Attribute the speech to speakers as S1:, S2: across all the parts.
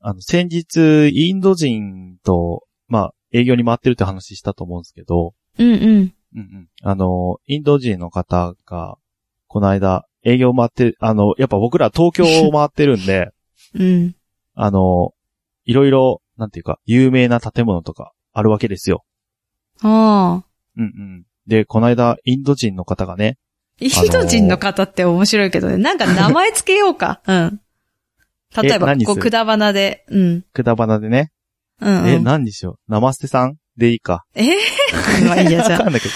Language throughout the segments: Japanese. S1: あの、先日、インド人と、まあ、営業に回ってるって話したと思うんですけど、
S2: うんうん。
S1: うんうん。あの、インド人の方が、この間、営業回って、あの、やっぱ僕ら東京を回ってるんで、
S2: うん。
S1: あの、いろいろ、なんていうか、有名な建物とかあるわけですよ。
S2: ああ。
S1: うんうん。で、この間、インド人の方がね、
S2: インド人の方って面白いけどね。なんか名前つけよう か。うん。例え
S1: え
S2: ば、
S1: 何す
S2: こ
S1: る
S2: う、くだばなで。うん。
S1: くだばなでね、
S2: うん、うん。
S1: え、何にしよう。ナマステさんでいいか。
S2: えー まあいいや、じ
S1: わ
S2: ゃあ
S1: か。んないけど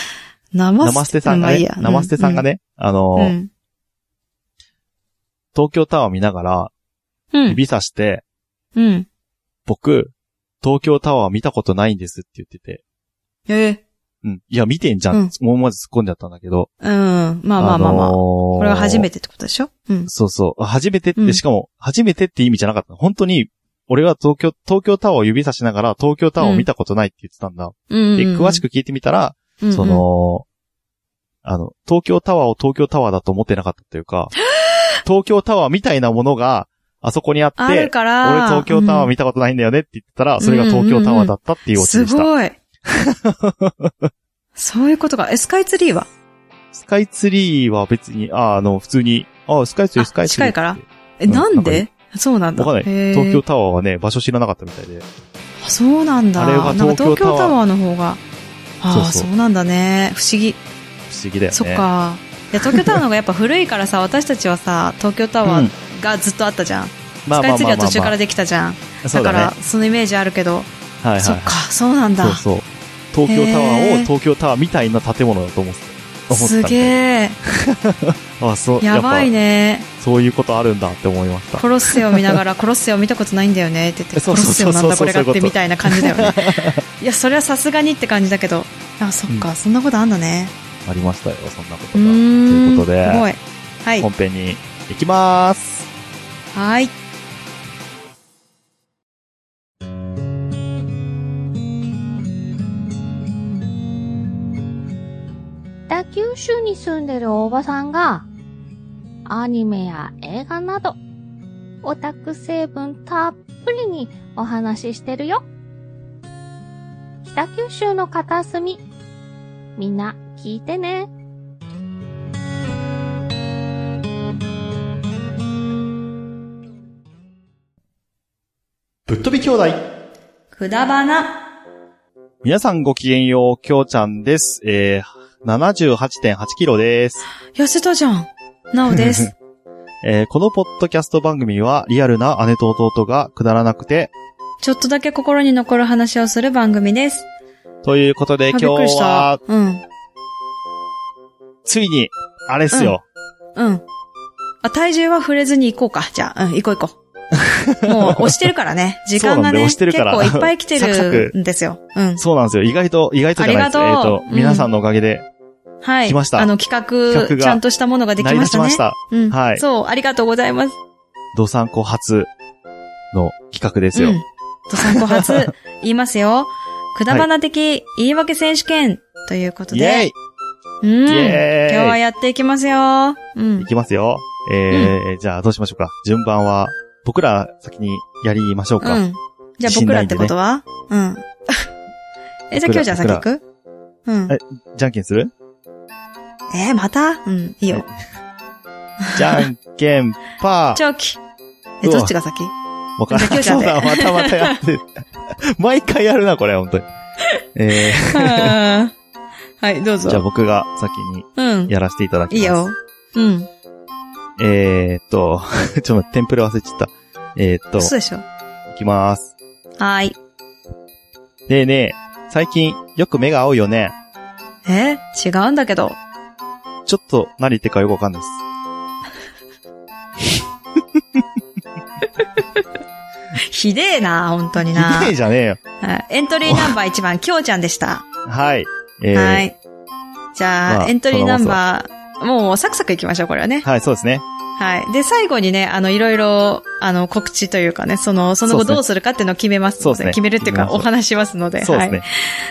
S2: ナマ
S1: ナ
S2: ス
S1: マステ
S2: テ
S1: さん
S2: ま
S1: が
S2: あいい
S1: ね
S2: や、
S1: ナマステさんが。ね、あの
S2: う、ん。
S1: 東京タワー見ながら、
S2: うん。
S1: 指さして、
S2: うん。
S1: 僕、東京タワー見たことないんですって言ってて、
S2: え
S1: うん。いや、見てんじゃ
S2: うん
S1: ん。思わず突っ込んじゃったんだけど。
S2: ーうん。まあまあまあまあ。
S1: こ
S2: これは初
S1: て。
S2: めてってことでしょうん。
S1: そうそう。初めてっ
S2: う
S1: て、
S2: ん
S1: しかも、初めてって意味じゃなかった。本当に、俺は東京、東京タワーを指さしながら、東京タワーを見たことないって言ってたんだ。
S2: うん。
S1: で、詳しく聞いてみたら、
S2: うんうん、
S1: その、あの、東京タワーを東京タワーだと思ってなかったという か、東京タワーみたいなものが、あそこにあって、
S2: あるから、
S1: 俺東京タワー
S2: み
S1: 見たことないんだよねって言ってたら、それが東京タワーだったっていうオチ
S2: す
S1: でした。
S2: ごい。 そういうことか。え、スカイツリーは
S1: スカイツリーは別に、あ、あの、普通に、あ、スカイツリー、
S2: あ
S1: スカイツリーって。
S2: 近いからえ、
S1: うん
S2: なん
S1: な
S2: でそうなんだ。
S1: わかんない。
S2: へー
S1: 東京タワーはね、場所知らなかったみたいで。
S2: あそうなんだ。
S1: あれが
S2: なんか東京
S1: 東京
S2: タ
S1: タワー
S2: ワーの方が。ああ、
S1: そう
S2: そ
S1: そう
S2: うなんだね。不思議。
S1: 不思議だよね。
S2: そっか。いや、東京タワーの方がやっぱ古 いからさ、私たちはさ、東京タワーがずっとあったじゃん。
S1: まあま
S2: ス
S1: あ
S2: カイツリ
S1: まあ
S2: ーは
S1: まあ
S2: 途中か
S1: ま
S2: ら
S1: あ。
S2: できたじゃん。
S1: そう
S2: だ
S1: だ
S2: か
S1: ね。
S2: ら、そのイメージあるけど。
S1: はい
S2: そ
S1: は
S2: っか、そうなん
S1: い。
S2: だ
S1: そう。そう。東京タワ
S2: へ
S1: ーを
S2: ー
S1: 東京タワーみたいな建物だと思ってた。思ってた
S2: す
S1: みたい
S2: げえ。
S1: あ、そう。
S2: やばい
S1: ね。
S2: ね。
S1: そういうことあるんだって思いました。
S2: コロッセオ見な がら、コロッセオ見たことないんだよねって言って、コ
S1: そう
S2: ロッ
S1: そう
S2: セ
S1: そ
S2: オ
S1: う
S2: なんだこれがっ
S1: そう
S2: て
S1: いうこと
S2: みたいな感じだよね。いや、それはさすがにって感じだけど、あ、そっか、そんなことあんだね。
S1: ありましたよ、そんなことが。
S2: う
S1: と
S2: ーん。
S1: いうこと
S2: すご
S1: で、
S2: い。はい。
S1: 本編に行きまーす。
S2: はい。
S3: 北九州に住んでるおばさんが、アニメや映画など、オタク成分たっぷりにお話ししてるよ。北九州の片隅、みんな聞いてね。
S4: ぶっ飛び兄弟
S2: くだばな。
S1: 皆さんごきげんよう、きょうちゃんです。えー、78.8キロです。
S2: 痩せたじゃん。なお です。
S1: えー、このポッドキャスト番組は、リアルな姉と弟がくだらなくて、
S2: ちょっとだけ心に残る話をする番組です。
S1: ということで
S2: あ
S1: 今日
S2: びっくりした
S1: は、。
S2: うん。
S1: ついに、あれっすよ。
S2: うん。あ、体重は触れずに行こうか。じゃあ、うん、行こう行こ う。もう押してるからね。時
S1: そ
S2: 間がね、
S1: うなんだよ押してる
S2: 結
S1: から
S2: 構いっぱい来て
S1: サクサク
S2: るんですよ。うん。
S1: そうなんですよ。意外と、意外とじゃないです。
S2: ありがと
S1: え
S2: う
S1: っ、
S2: うん
S1: と、皆さんのおかげで、
S2: はい。
S1: 来ました
S2: あの企画、
S1: 企画が
S2: ちゃんとしたものができ
S1: 成り
S2: ま
S1: 立ち
S2: したね。
S1: ました。
S2: うん。
S1: はい
S2: そう、ありがとうございます。
S1: ドサンコ初の企画ですよ。
S2: うん。と参考発、言いますよ。くだばな的言い訳選手権ということ
S1: イェー
S2: で
S1: イ、
S2: うん。
S1: イ
S2: 今
S1: ェーイ
S2: 日はやっていきますよ。うん
S1: い。きますよ。えーじゃあどうしましょうか。順番は、僕ら先にやりましょうか。
S2: うん。じゃあ僕らってことは、うん。 え、じゃあ今日じゃあ先行くうん
S1: え。じゃんけん する
S2: えー、またうん、いいよ。
S1: じゃんけん、パー。
S2: 長期。え、
S1: うわ
S2: どっちが先
S1: わから
S2: じゃ
S1: ん。そう
S2: あ今日じ
S1: だ、
S2: ゃ
S1: またまたやってる。毎回やるな、これ、本 当に。え
S2: はい、どう
S1: ー、じゃあ
S2: ぞ。
S1: 僕が先に
S2: うん。
S1: やらせていただきます。
S2: いいよ。。うん。
S1: えーっと、 ちょっと待って、テンプレ忘れちゃった。えーっと、
S2: そうでしょ。
S1: いきます。
S2: はーい。
S1: ねえねえ、最近よく目が合うよね。
S2: え違うんだけど。
S1: ちょっと何言ってるかよくわかんないです。
S2: ひでえな、本当にな。
S1: ひでえじゃねえよ。
S2: はいエントリーナンバー1番、きょうちゃんでした。
S1: はい。えー、
S2: は
S1: はい。
S2: い。じゃあ、
S1: まあ
S2: エントリーナンバー、もうサクサクいきましょう、これはね。
S1: そうですね。
S2: はい。で、最後にね、あの、いろいろ、あの、告知というかね、その、その
S1: そう
S2: 後
S1: ですね
S2: どうするかっていうのを決めますので、
S1: そうですね
S2: 決めるっていう
S1: 決めま
S2: か、
S1: しょう
S2: お話しますので。
S1: そうですね。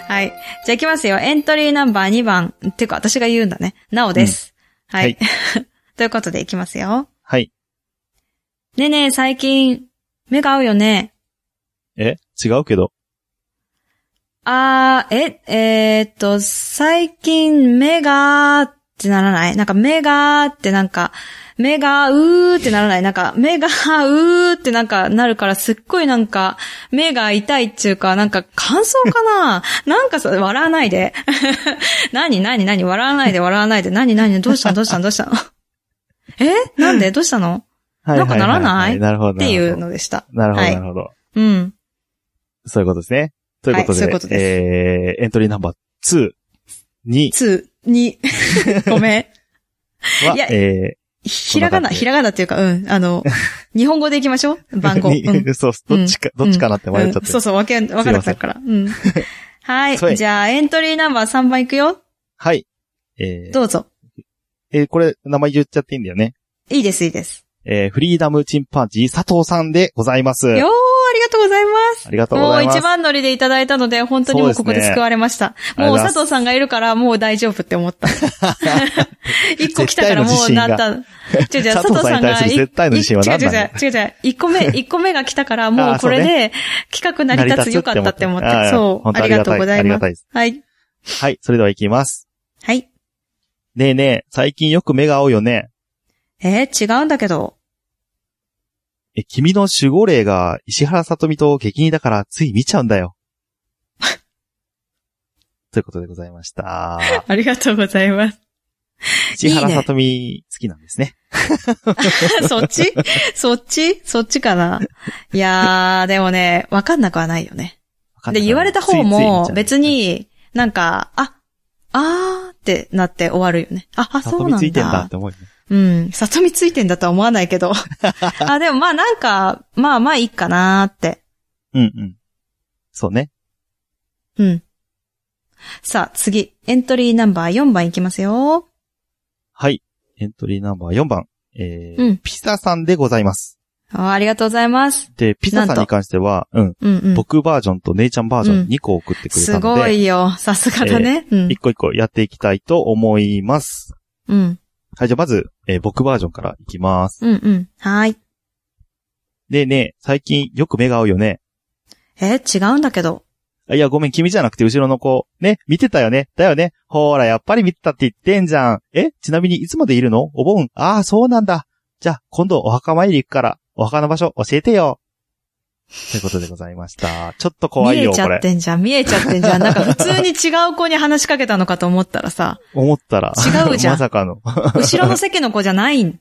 S2: はい。はい。じゃあいきますよ。エントリーナンバー2番。っていうか、私が言うんだね。なおです。はい。
S1: はい
S2: ということでいきますよ。
S1: はい。
S2: ねえねえ、最近、目が合うよね。
S1: え違うけど。
S2: あー、え、えーっと、最近、目がーってならないなんか目がーってなんか、目がうーってならないなんか、目がうーってなんかなるからすっごいなんか、目が痛いっていうか、なんか感想かななんかさ、笑わないで。 何何何笑わないで笑わないで。何何どうしたのどうしたのどうしたの えなんでどうしたの
S1: はいはいはいはい
S2: なんかならない
S1: なるほど。
S2: っていう
S1: なる
S2: のでした。
S1: ほど。なるほど、
S2: はい
S1: なるほど。
S2: うん。
S1: そういうことですね。ということで、
S2: はいそういうことです
S1: えー、エントリーナンバー2に
S2: つ、に、ごめん。
S1: は、
S2: いや
S1: え
S2: ひらが
S1: こ
S2: な、
S1: んな感じ
S2: ひらがなっていうか、うん、あの、日本語でいきましょう
S1: ー、
S2: 番号。うん
S1: にそう、どっちか、どっちかなって迷っちゃっ
S2: うん
S1: て。
S2: そうそう、わけん、わかんなくなるから。うん。はい
S1: そ。い
S2: じゃあ、エントリーナンバー3番いくよ。
S1: はい。えー、
S2: どうぞ。
S1: えーこれ、名前言っちゃっていいんだよね。
S2: いいです、いいです。
S1: えー、フリーダムチンパンジー佐藤さんでございます。
S2: よー、ありがとうございます。
S1: ありがとうご
S2: も
S1: ざ
S2: う
S1: います。
S2: 一番乗りでいただいたので、本当にもうここで救われまし
S1: そ
S2: た。
S1: うですね
S2: もう
S1: ありがとうございます
S2: 佐藤さんがいるから、もう大丈夫って 思った。一個来たからもうなった。違う違う、
S1: 佐藤さんに対する絶対の自信は何なの
S2: い違う違う違う違う、一個 目、一個目が来たからも
S1: あ
S2: う
S1: ー
S2: こ
S1: そうね
S2: れで企画成り立つよかったって思って
S1: 成り立つ。って思
S2: そ
S1: ったあー
S2: う。ありがとうござ
S1: 本
S2: い
S1: 当あり
S2: ま。
S1: がたいです
S2: はい。
S1: す。はい、それでは行きます。
S2: はい。
S1: ねえねえ、最近よく目が合うよね。
S2: えー、違うんだけど。
S1: え、君の守護霊が石原さとみと激似だからつい見ちゃうんだ よ。ということでございました。
S2: ありがとうございます。
S1: 石原さとみ好きなんですね。
S2: そっちそっちそっちかないやー、でもね、わかんなくはないよね。
S1: わかんな
S2: で、
S1: い
S2: 言われた方も
S1: ついつい見ちゃう
S2: 別。
S1: んですね
S2: になんか、あ、あーってなって終わるよね。あ、あ、
S1: さ
S2: そ
S1: と
S2: う
S1: み
S2: なん
S1: ついてんだっ
S2: だ。
S1: て思うよね。
S2: うん。里見ついてんだとは思わない けど。あ、でもまあなんか、まあまあいいかなーって。
S1: うんうん。そうね。
S2: うん。さあ、次。エントリーナンバー4番いきますよ。
S1: はい。エントリーナンバー4番。えー
S2: うん
S1: ピザさんでございます。
S2: あーありがとうございます。
S1: で、ピザさんに関しては、うん。
S2: うんうん。
S1: 僕バージョンと姉ちゃんバージョ
S2: う
S1: ン
S2: ん
S1: 2個送ってくれた
S2: す
S1: の
S2: ご
S1: で、
S2: いよ。さすがだね。うん
S1: 一個一個やっていきたいと思います。
S2: うん。
S1: はい、じゃあまず、えー僕バージョンからいきます。
S2: うんうん。はい。
S1: ねえねえ、最近よく目が合うよね。
S2: えー、違うんだけど。
S1: あいや、ごめん、君じゃなくて後ろの子。ね、見てたよね。だよね。ほーら、やっぱり見てたって言ってんじゃん。えちなみにいつまでいるのお盆。ああ、そうなんだ。じゃあ、今度お墓参り行くから、お墓の場所教えてよ。ということでございました。ちょっと怖い
S2: 見
S1: よ、
S2: えち
S1: こ
S2: ゃっ
S1: れ。
S2: てんじゃん。見えちゃってんじゃん。なんか普通に違う子に話しかけたのかと思ったらさ、
S1: 思ったら。
S2: 違うじゃん
S1: まさかの。
S2: 後ろの席の子じゃない ん。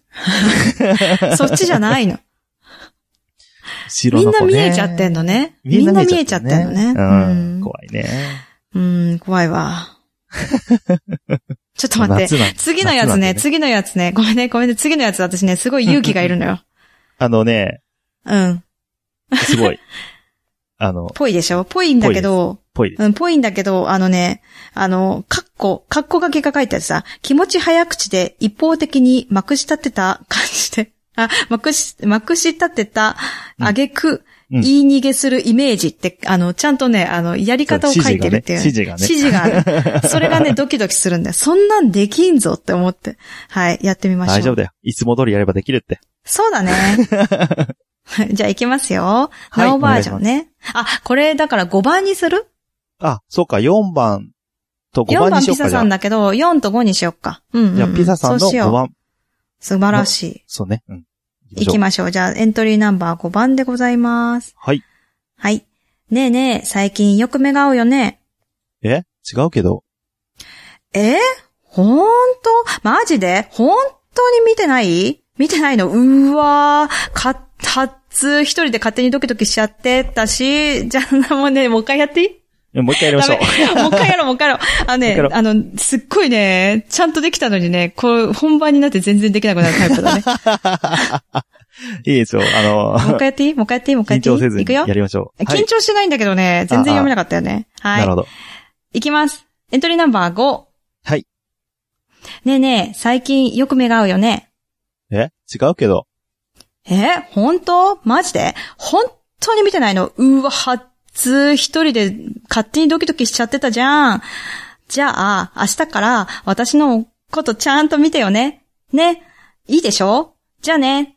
S2: そっちじゃないの。
S1: 後ろ
S2: みん
S1: の
S2: な
S1: 子ね。
S2: 見えちゃってんのね。み
S1: み
S2: ん
S1: ん
S2: な
S1: な
S2: 見
S1: 見
S2: え
S1: え
S2: ち
S1: ち
S2: ゃ
S1: ゃ
S2: っ
S1: ってて
S2: んの
S1: ん
S2: ね。
S1: ね。うん。怖いね。
S2: うん、怖いわ。 ちょっと待って。
S1: 夏なん
S2: 次のやつ
S1: 夏なん
S2: ね、
S1: で
S2: 次のやつね。ごめんね、ごめんね。次のやつ私ね、すごい勇気がいるのよ。
S1: あのね、
S2: うん。
S1: すごい。あの、
S2: ぽいでしょぽいんだけど、
S1: ぽいです。
S2: うん、ぽいんだけど、あのね、あの、カッコ、カッコがけが書いてあるさ、気持ち早口で一方的にまくし立てた感じで、 あ、まくし、まくし立てた、
S1: うん
S2: あげく、
S1: うん
S2: 言い逃げするイメージって、あの、ちゃんとね、あの、やり方を書いてるっていう。
S1: そう指示がね指
S2: 指示 がね。それがね、ドキドキするんだよ。そんなんできんぞって思って。はい、やってみましょう。
S1: 大丈夫だよ。いつも通りやればできるって。
S2: そうだね。 じゃあ行きますよ。
S1: はい
S2: なおバージョンね。あ、これだから5番にする
S1: あ、そうか、4番と5
S2: 4
S1: 番に
S2: 番
S1: しよ
S2: ピ
S1: うか。
S2: ザ
S1: じゃ
S2: さ
S1: あ
S2: んだけど、4と5にしよっか。うん、うん。
S1: じゃあ、ピザさんの
S2: そうしよ
S1: 5
S2: う。
S1: 番。
S2: 素晴らしい。
S1: そうね。うん。
S2: 行
S1: し
S2: き
S1: ょう
S2: ましょう。じゃあ、エントリーナンバー5番でございます。
S1: はい。
S2: はい。ねえねえ、最近よく目が合うよね。
S1: え違うけど。
S2: えほんとマジで本当に見てない見てないのうーわー、か、たつ、一人で勝手にドキドキしちゃってたし、じゃあ、もうね、もう一回や っていい
S1: えもう一回やりましょう。
S2: ダメもう一回やろう、もう一回やろう。あのね、
S1: もう一回
S2: あの、すっごいね、ちゃんとできたのにね、こう、本番になって全然できなくなるタイプだね。
S1: いいですよ。あの、
S2: もう一回やっていいもう一回やっていいもう一回
S1: 緊張
S2: やっ
S1: せ
S2: ていい
S1: ず
S2: い
S1: に
S2: くよ
S1: や。りましょう。
S2: 緊張しないんだけどね、全然読めなかったよね。
S1: はい。
S2: は
S1: ないるほ。ど。
S2: いきます。エントリーナンバー5。
S1: はい。
S2: ねえねえ、最近よく目が合うよね。
S1: え違うけど。
S2: え本当マジで本当に見てないのうわ、はっつ、一人で勝手にドキドキしちゃってたじゃん。じゃあ、明日から私のことちゃんと見てよね。ね。いいでしょじゃあね。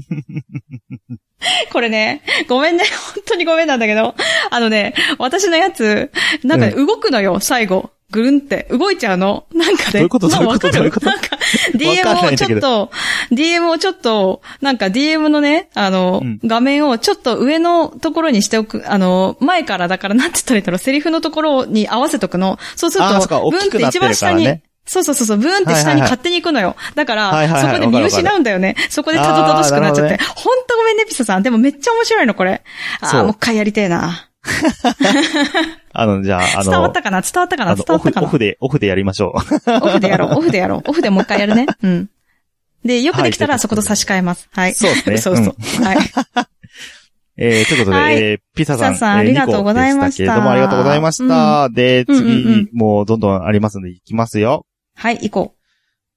S2: これね、ごめんね、本当にごめんなんだけど、あのね、私のやつ、なんかね、
S1: う
S2: 動くのよ、最後。ぐるんって、動いちゃうの。なんかね。
S1: どういうこと
S2: まあ
S1: どういうこと
S2: わかる
S1: どういうこと
S2: なんか、
S1: わかん
S2: DM
S1: ない
S2: を
S1: んだ
S2: ちょ
S1: け
S2: っ
S1: ど
S2: と、DM をちょっと、なんか DM のね、あの、
S1: うん
S2: 画面をちょっと上のところにしておく、あの、前からだから、なんて言ったらいいんだろう、セリフのところに合わせとくの。そうする
S1: あーそ
S2: と
S1: っ、か大
S2: ブン
S1: き
S2: っ
S1: く
S2: て
S1: なって
S2: 一
S1: るからね
S2: 番下に、そうそうそうそう、ブーンって下に勝手に行くのよ。だから、
S1: はいはいはい
S2: そこで見失うんだよね。そこでたどたどしくなっちゃ
S1: あ
S2: って。
S1: ーなる
S2: ほんとごめんね、ピサさん。でもめっちゃ面白いの、これ。あ
S1: そ
S2: あ、
S1: う
S2: もう一回やりてえな。
S1: あの、じゃあ、あの、
S2: 伝わったかな伝わったかな
S1: あ
S2: 伝
S1: の、オ
S2: わった
S1: フ
S2: か、な
S1: オフで、オフでやりましょう。
S2: オフでやろう、オフでやろう。オフでもう一回やるね。うん。で、よくできた
S1: は
S2: ら
S1: い
S2: そこと差し替えます。はい。
S1: そうですね
S2: そうそう。はい。
S1: えー、ということで、
S2: はい
S1: えー、ピサさん、
S2: ピサさ
S1: え
S2: ん
S1: ー
S2: ありがとうございました
S1: ニコでけれどもありがとうございました。で、次、
S2: うんうん
S1: もうどんどんありますので、いきますよ。
S2: はい、行こ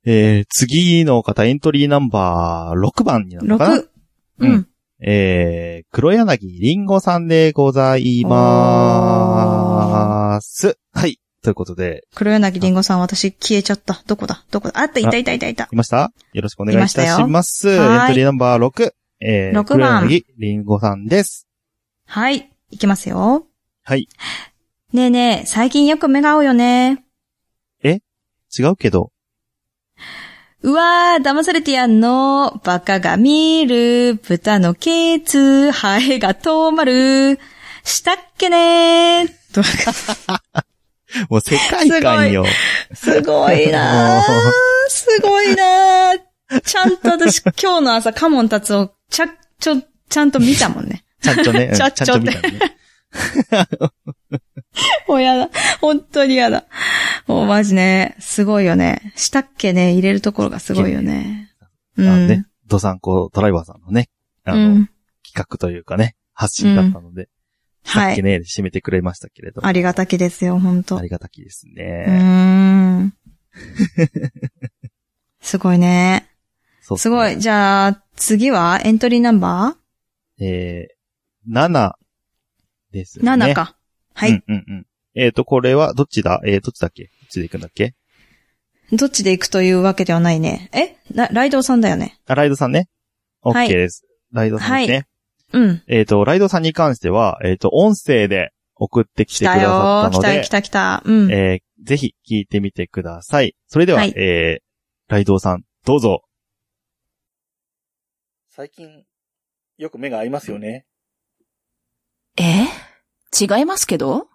S1: えー、次の方、エントリーナンバー6番にな
S2: う。
S1: るのかな
S2: 6。うん。
S1: えー、黒柳りんごさんでございまーす。はい。ということで、
S2: 黒柳りんごさん、私消えちゃった。どこだどこだあった、いたいたいたいた。
S1: いましたよろしくお願いいたし
S2: いま
S1: ます。エ
S2: よは
S1: ン
S2: ーい
S1: トリーナンバー6。えー、
S2: 六
S1: 黒
S2: 番
S1: 柳りんごさんです。
S2: はい。行きますよ。
S1: はい。
S2: ねえねえ、最近よく目が合うよね。
S1: 違うけど、
S2: うわー、騙されてやんの。バカが見る。豚のケツ。ハエが止まる。したっけねー。と
S1: もう世界観 よ。
S2: すごい なーすごいなーちゃんと私、今日の朝、カモン達を、ちゃ、ちょ、ちゃんと見たもんね。
S1: ちゃんとね、うん
S2: ち
S1: ち
S2: ょ
S1: ゃ
S2: っ
S1: ん
S2: と
S1: と見たのね。
S2: もうやだ。本当にやだ。もうマジね、すごいよね。したっけね、入れるところがすごいよね。う
S1: あのね
S2: ん。、
S1: ドサンコドライバーさんのね、あ
S2: う
S1: の、
S2: ん。
S1: 企画というかね、発信だったので、
S2: は
S1: さっき
S2: い。
S1: ね、締めてくれましたけれども。
S2: ありがたきですよ、本当
S1: ありがたきです
S2: う
S1: ね。
S2: ー ん。すごいね。
S1: そうっね
S2: すごい。。じゃあ、次はエントリーナンバ
S1: えー、7です
S2: ー
S1: ね。
S2: ?7 か。は
S1: う
S2: い
S1: ん。うんうん。えっ、と、これは、どっちだえー、どっちだっけどっちで行くんだっけ
S2: どっちで行くというわけではないね。えな、ライドウさんだよね。
S1: あ、ライドさんね。
S2: はい
S1: OK です。ライドさんですね。
S2: うん。
S1: えっ、と、ライドさんに関しては、えっ、と、音声で送ってき
S2: 来
S1: てく
S2: た
S1: ださ
S2: よ
S1: っ
S2: ー。
S1: た
S2: 来
S1: の
S2: た
S1: で
S2: よ、来、た来た。うん。
S1: えーぜひ聞いてみてください。それでは、
S2: はい
S1: えー、ライドウさん、どうぞ。最近、よく目が合いますよね。
S4: え違いますけど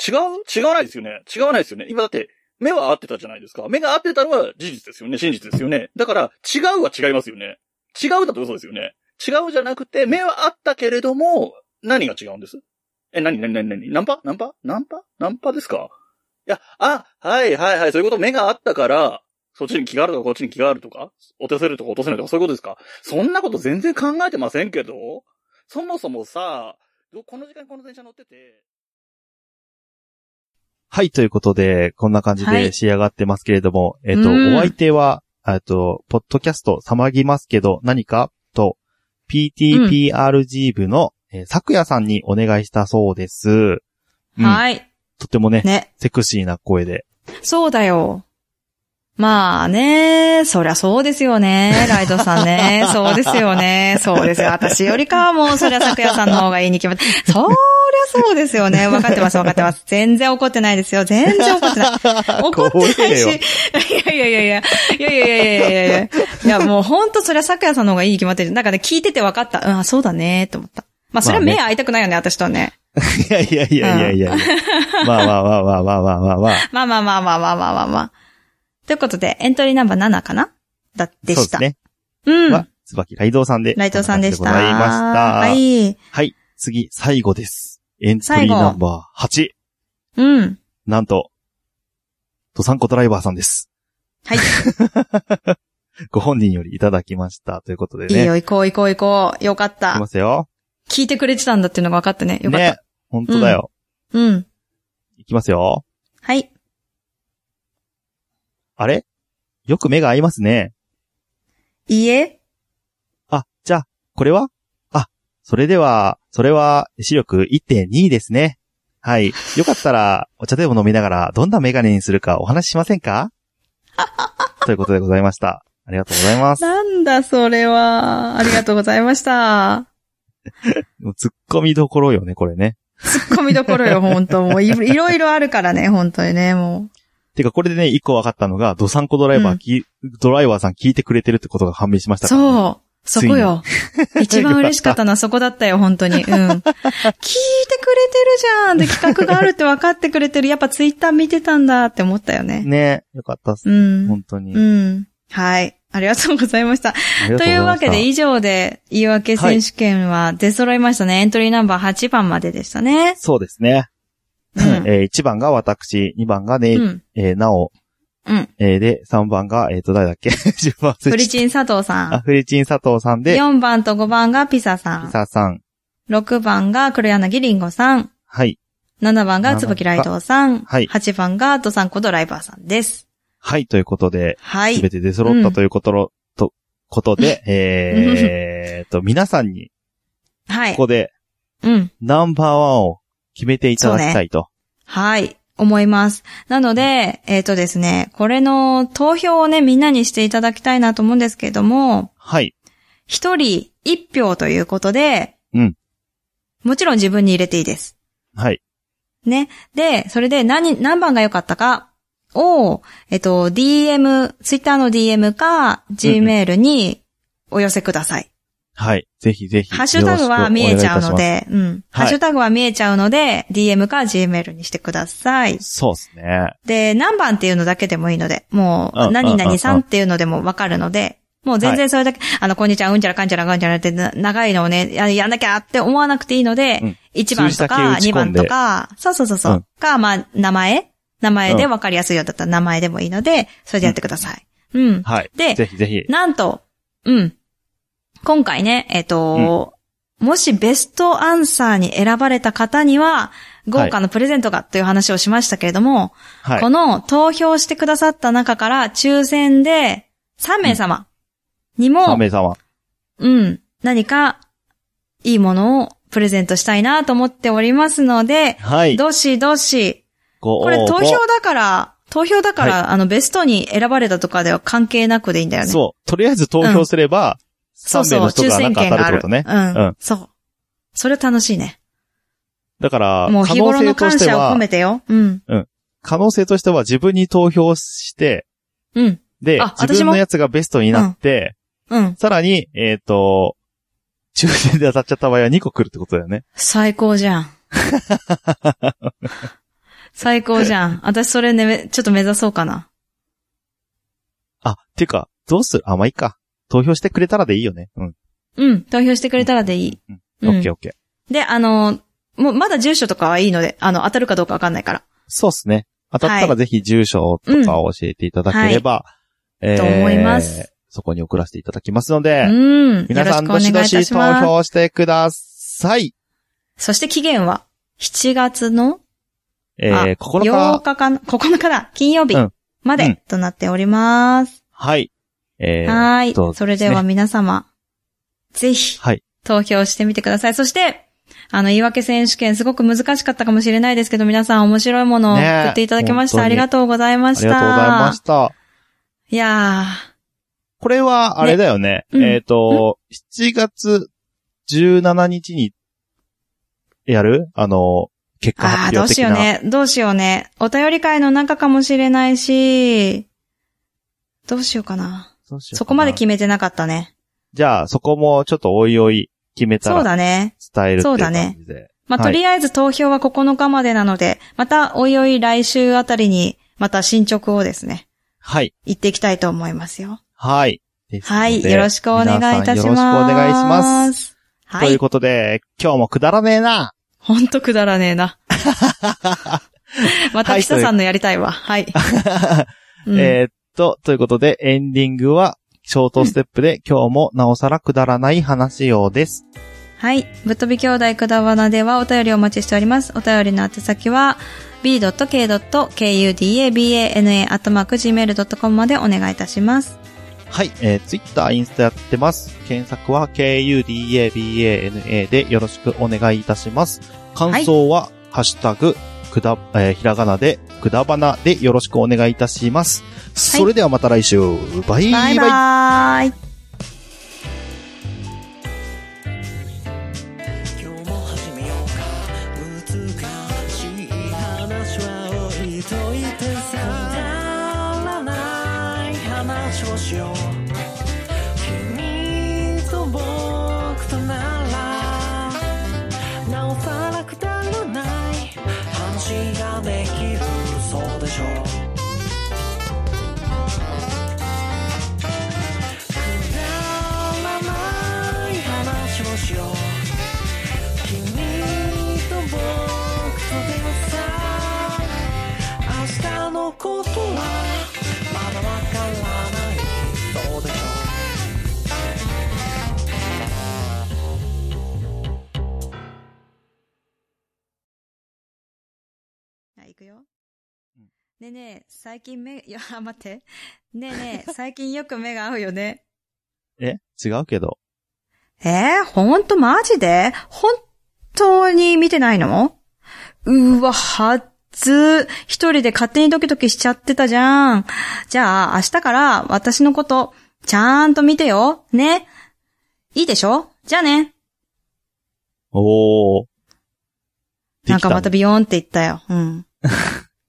S5: 違う違わないですよね。違わないですよね。今だって、目は合ってたじゃないですか。目が合ってたのは事実ですよね。真実ですよね。だから、違うは違いますよね。違うだと嘘ですよね。違うじゃなくて、目は合ったけれども、何が違うんですえ、何何何何ナンパナンパナンパナンパですかいや、あ、はいはいはい、そういうこと、目があったから、そっちに気があるとか、こっちに気があるとか、落とせるとか落とせないとか、そういうことですかそんなこと全然考えてませんけどそもそもさ、どこの時間にこの電車乗ってて、
S1: はい、ということで、こんな感じ
S2: はい
S1: で仕上がってますけれども、えっ、と、
S2: うん
S1: お相手は、えっと、ポッドキャスト、さまぎますけど、何かと、PTPRG 部の、えー、さくやさんにお願いしたそうです。うん
S2: はい。
S1: とてもね、
S2: ね。
S1: セクシーな声で。
S2: そうだよ。まあね、そりゃそうですよね、ライドさん ね。そうですよね。そうですよ。私よりかはもう、そりゃ咲夜さんの方がいいに決まって。そりゃそうですよね。分かってます、分かってます。全然怒ってないですよ。全然怒って ない。怒ってないし。
S1: 怖
S2: いやいやいやいや。いやいやいやいやいやいやいや。いや、もうほんとそりゃ咲夜さんの方がいいに決まってる。なんかね、聞いてて分かった。うんあ、そうだね、と思った。まあ、それは目
S1: ま
S2: 合いたくないよね、私とはね。
S1: いやいやいやいやいやいや。 まあまあまあまあまあまあまあまあ。
S2: まあまあまあまあまあまあまあまあ。ということで、エントリーナンバー7かなだ、で
S1: そう
S2: し
S1: で
S2: た。
S1: すね。
S2: うん。
S1: は、椿ライドウさんで。
S2: ライトさんでした。
S1: こな感じでございました。
S2: は
S1: はい。
S2: い。
S1: 次、最後です。エントリーナンバー8。
S2: うん。
S1: なんと、ドサンコドライバーさんです。
S2: はい。
S1: ご本人よりいただきました。ということで
S2: い
S1: ね。
S2: いよ、行こう行こう行こう。よかっ
S1: いきま
S2: た。
S1: すよ。
S2: 聞いてくれてたんだっていうのが分かったね。よかった。
S1: ね。本当だよ。
S2: うん。
S1: いきますよ。
S2: はい。
S1: あれよく目が合いますね。
S2: いいえ。
S1: あ、じゃあ、これはあ、それでは、それは、視力1.2ですね。はい。よかったら、お茶でも飲みながら、どんなメガネにするかお話ししませんかということでございました。ありがとうございます。
S2: なんだそれは。ありがとうございました。
S1: ツッコミどころよね、これね。
S2: 突っ込みどころよ、本当もうい、いろいろあるからね、本当にね、も
S1: てか、これでね、一個分かったのが、ドサンコドライバーき、ドライバーさん聞いてくれてるってことが判明しました
S2: う。
S1: からね、
S2: そう。そこよ。一番嬉しかったのはそこだったよ、本当に。うん。聞いてくれてるじゃんで、企画があるって分かってくれてる。やっぱツイッター見てたんだって思ったよね。
S1: ねよかったっす。
S2: うん。
S1: 本当に。
S2: うん。はい。ありがとうございました。
S1: ありが
S2: というわけで
S1: い
S2: 以上で言い訳選手権は出揃いましたね。エントリーナンバー8番まででしたね。
S1: そうですね。
S2: うん。
S1: えー、1番が私、2番がね、
S2: うん。
S1: えー、なお、
S2: うん。
S1: えー、で、3番が、えっ、と、誰だっけ ?10 番
S2: フリ
S1: ン。
S2: チン佐藤さ
S1: あ、
S2: ん。
S1: フリチン佐藤さんで、
S2: 4番と5番がピサさ
S1: ピ
S2: ん。
S1: サさん。
S2: 6番が黒柳りんごさん。
S1: はい。
S2: 7番が椿ライドウさん。
S1: はい
S2: 8番がドサンコドライバーさんです。
S1: はい、ということで、
S2: は
S1: すべ
S2: い。
S1: て出揃ったということろ、と、ことで、えーっと、皆さんに、
S2: は
S1: こ
S2: い。
S1: こで、
S2: うん。
S1: ナンバーワンを決めていただきたいと。
S2: はい。思います。なので、えっ、とですね、これの投票をね、みんなにしていただきたいなと思うんですけども、
S1: はい。
S2: 一人一票ということで、
S1: うん
S2: もちろん自分に入れていいです。
S1: はい。
S2: ね。で、それで何、何番が良かったかを、えっと、DM、Twitter の DM か、Gmail にお寄せください。
S1: はい。ぜひぜひ。
S2: ハッシュタグは見えちゃうの。で、うん。
S1: はい
S2: ハッシュタグは見えちゃうので、DM か Gmail にしてください。
S1: そうですね。
S2: で、何番っていうのだけでもいいので、も
S1: うんうん
S2: う、何々さんっていうのでもわかるので、もう全然それだけ、あの、こんにちは、うんちゃらかんちゃらかんちゃらってな長いのをね、ややんなきゃって思わなくていいので、
S1: うん
S2: 1番
S1: 数字
S2: とか2
S1: だけ打ち込ん
S2: 番
S1: で
S2: とか、そうそうそうそう、
S1: うん
S2: か、まあ、名前名前でわかりやすいようだったら名前でもいいので、それでやってください。うん。
S1: はい。
S2: で
S1: ぜひぜひ。
S2: なんと、うん。今回ね、えっ、と、もしベストアンサーに選ばれた方には、豪華なプレゼントがという話をしましたけれども、
S1: はい
S2: こ。の投票してくださった中から抽選で3名様にも
S1: 3、名様。
S2: うん、何かいいものをプレゼントしたいなと思っておりますので、
S1: はい。
S2: どしどし、
S1: ご応募
S2: これ投票だから、投票だから、あのベストに選ばれたとかでは関係なくでいいんだよね。
S1: そう。とりあえず投票すれば、
S2: そう
S1: 3名
S2: そう、
S1: の人
S2: 抽
S1: がなん
S2: 選
S1: か
S2: 券
S1: 当
S2: が
S1: た
S2: あ
S1: るっ
S2: る
S1: て。ことね。
S2: う
S1: う
S2: ん、
S1: ん
S2: そう。それ楽しいね。
S1: だから、
S2: もう
S1: 可
S2: 日
S1: 能
S2: 頃
S1: 性
S2: の
S1: とし
S2: 感
S1: て
S2: 謝を
S1: は
S2: 込、めてよ。うん。
S1: 可能性としては自分に投票して、
S2: うん。
S1: で、
S2: あ
S1: 自
S2: 私
S1: 分
S2: も
S1: のやつがベストになって、
S2: うん。
S1: さらに、えっ、と、抽選で当たっちゃった場合は2個来るってことだよね。
S2: 最高 じゃん。最高じゃん。私それね、めちょっと目指そうかな。
S1: あ、っていうか、どうするあ、まあ、いいか。投票してくれたらでいいよね。うん。
S2: うん。投票してくれたらでいい。
S1: うん。
S2: うん
S1: オッケーオッケー。
S2: で、あの、もうまだ住所とかはいいので、あの、当たるかどうかわかんないから。
S1: そうっすね。当たった
S2: は
S1: ら
S2: い
S1: ぜひ住所とかを教えていただければ、えー
S2: と思います。
S1: そこに送らせていただきますので、
S2: うん。
S1: 皆さん
S2: よろ
S1: ど
S2: し
S1: し
S2: くお願
S1: ど
S2: いいた
S1: し
S2: し
S1: 投
S2: ます。
S1: 票してください。
S2: そして期限は、7月の、
S1: えー、9日、
S2: 8日かな、9日だ、金曜日
S1: うん
S2: ま
S1: う
S2: で
S1: ん
S2: となっております。
S1: はい。えー、
S2: はーい、
S1: そうすね
S2: それでは皆様、ぜひ、
S1: はい。
S2: 投票してみてください。そして、あの、言い訳選手権すごく難しかったかもしれないですけど、皆さん面白いものを送
S1: ねえ
S2: っていただきまし
S1: 本
S2: た。
S1: 当に
S2: ありがとうございま
S1: あ
S2: し
S1: り
S2: た。
S1: がとうございました。
S2: いや
S1: これは、あれだよね。
S2: ねうん
S1: えっ、と、7月17日に、やるあの、結
S2: ー、
S1: 果
S2: ああ
S1: 発
S2: ー、どう
S1: 表
S2: し
S1: 的
S2: よう
S1: な。
S2: ね。どうしようね。お便り会の中かもしれないし、どうしようかな。
S1: どうしようかな
S2: そこまで決めてなかったね。
S1: じゃあ、そこもちょっとおいおい決めた
S2: そう
S1: ら
S2: だね。
S1: 伝えるってい
S2: そううだ
S1: 感
S2: ね
S1: じで。
S2: まあ、
S1: は
S2: と
S1: い
S2: りあえず投票は9日までなので、またおいおい来週あたりに、また進捗をですね、
S1: はい。
S2: 言っていきたいと思いますよ。
S1: はい。
S2: はい。よろしくお願いい
S1: 皆さんよ
S2: たします。
S1: ろしくお願いします。
S2: す。
S1: と
S2: は
S1: いう
S2: い。
S1: ことで、今日もくだらねえな。
S2: ほんとくだらねえな。また、ピサさんのやりたいわ。はい。う ん
S1: えーっと、ということで、エンディングは、ショートステップで、今日もなおさらくだらない話ようです。
S2: はい。ぶっ飛び兄弟くだばなではお便りをお待ちしております。お便りの宛先は、b.k.kudabana.gmail.com までお願いいたします。
S1: はい、えー、Twitter、インスタやってます。検索は KUDABANA でよろしくお願いいたします。感想は、ハッシュタグ、くだ、えーひらがなで、くだばなでよろしくお願いいたします。それではまた来週。バイ
S2: バ
S1: バ
S2: イ
S1: イ
S2: バーイ。
S6: 今日も始めようか難しい話は置いといてさくだらない話をしよう君と僕とならなおさらくだらない話ができるそうでしょうくだらない話をしよう「君と僕とでもさ」「明日のことはまだわからないそうでしょ」
S2: はい、いくよ。ねえねえ、最近目、いや、待って。ねえねえ、最近よく目が合うよね。
S1: え違うけど。
S2: えー、ほんとマジで本当に見てないのうーわ、はず。一人で勝手にドキドキしちゃってたじゃん。じゃあ、明日から私のこと、ちゃんと見てよ。ね。いいでしょじゃあね。
S1: おー。
S2: なんかまた
S1: で
S2: ビヨーンって言ったよ。うん。
S1: き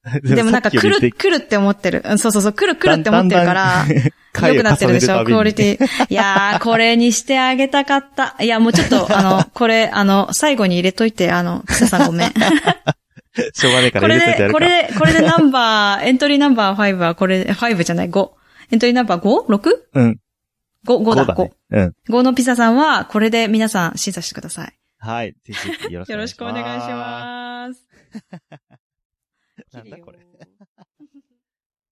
S1: たね
S2: でもなんか来る、来るって思ってる。うん、そうそうそう、来る来るって思ってるから。 良くなってる でしょ、クオリ
S1: ィ。
S2: ティ。いやー、これにしてあげたかった。いや、もうちょっと、あの、これ、あの、最後に入れといて、あの、草さんごめん。
S1: しょうがねえか
S2: こ
S1: ら入れとい
S2: れ
S1: てや
S2: で、
S1: るか。
S2: これで、これでナンバ ー、エントリーナンバー5はこれ、5じゃない、5。エントリーナンバー 5?6?5、
S1: うん。
S2: 5だ、
S1: ね
S2: 5。。
S1: うん。
S2: 5のピザさんは、これで皆さん審査してください。
S1: はい。ぜひぜひよろしくお
S2: よ
S1: 願
S2: ろ
S1: いし
S2: しくお願いし
S1: ま
S2: ます。
S1: す。なんだこれ
S2: 切るよー。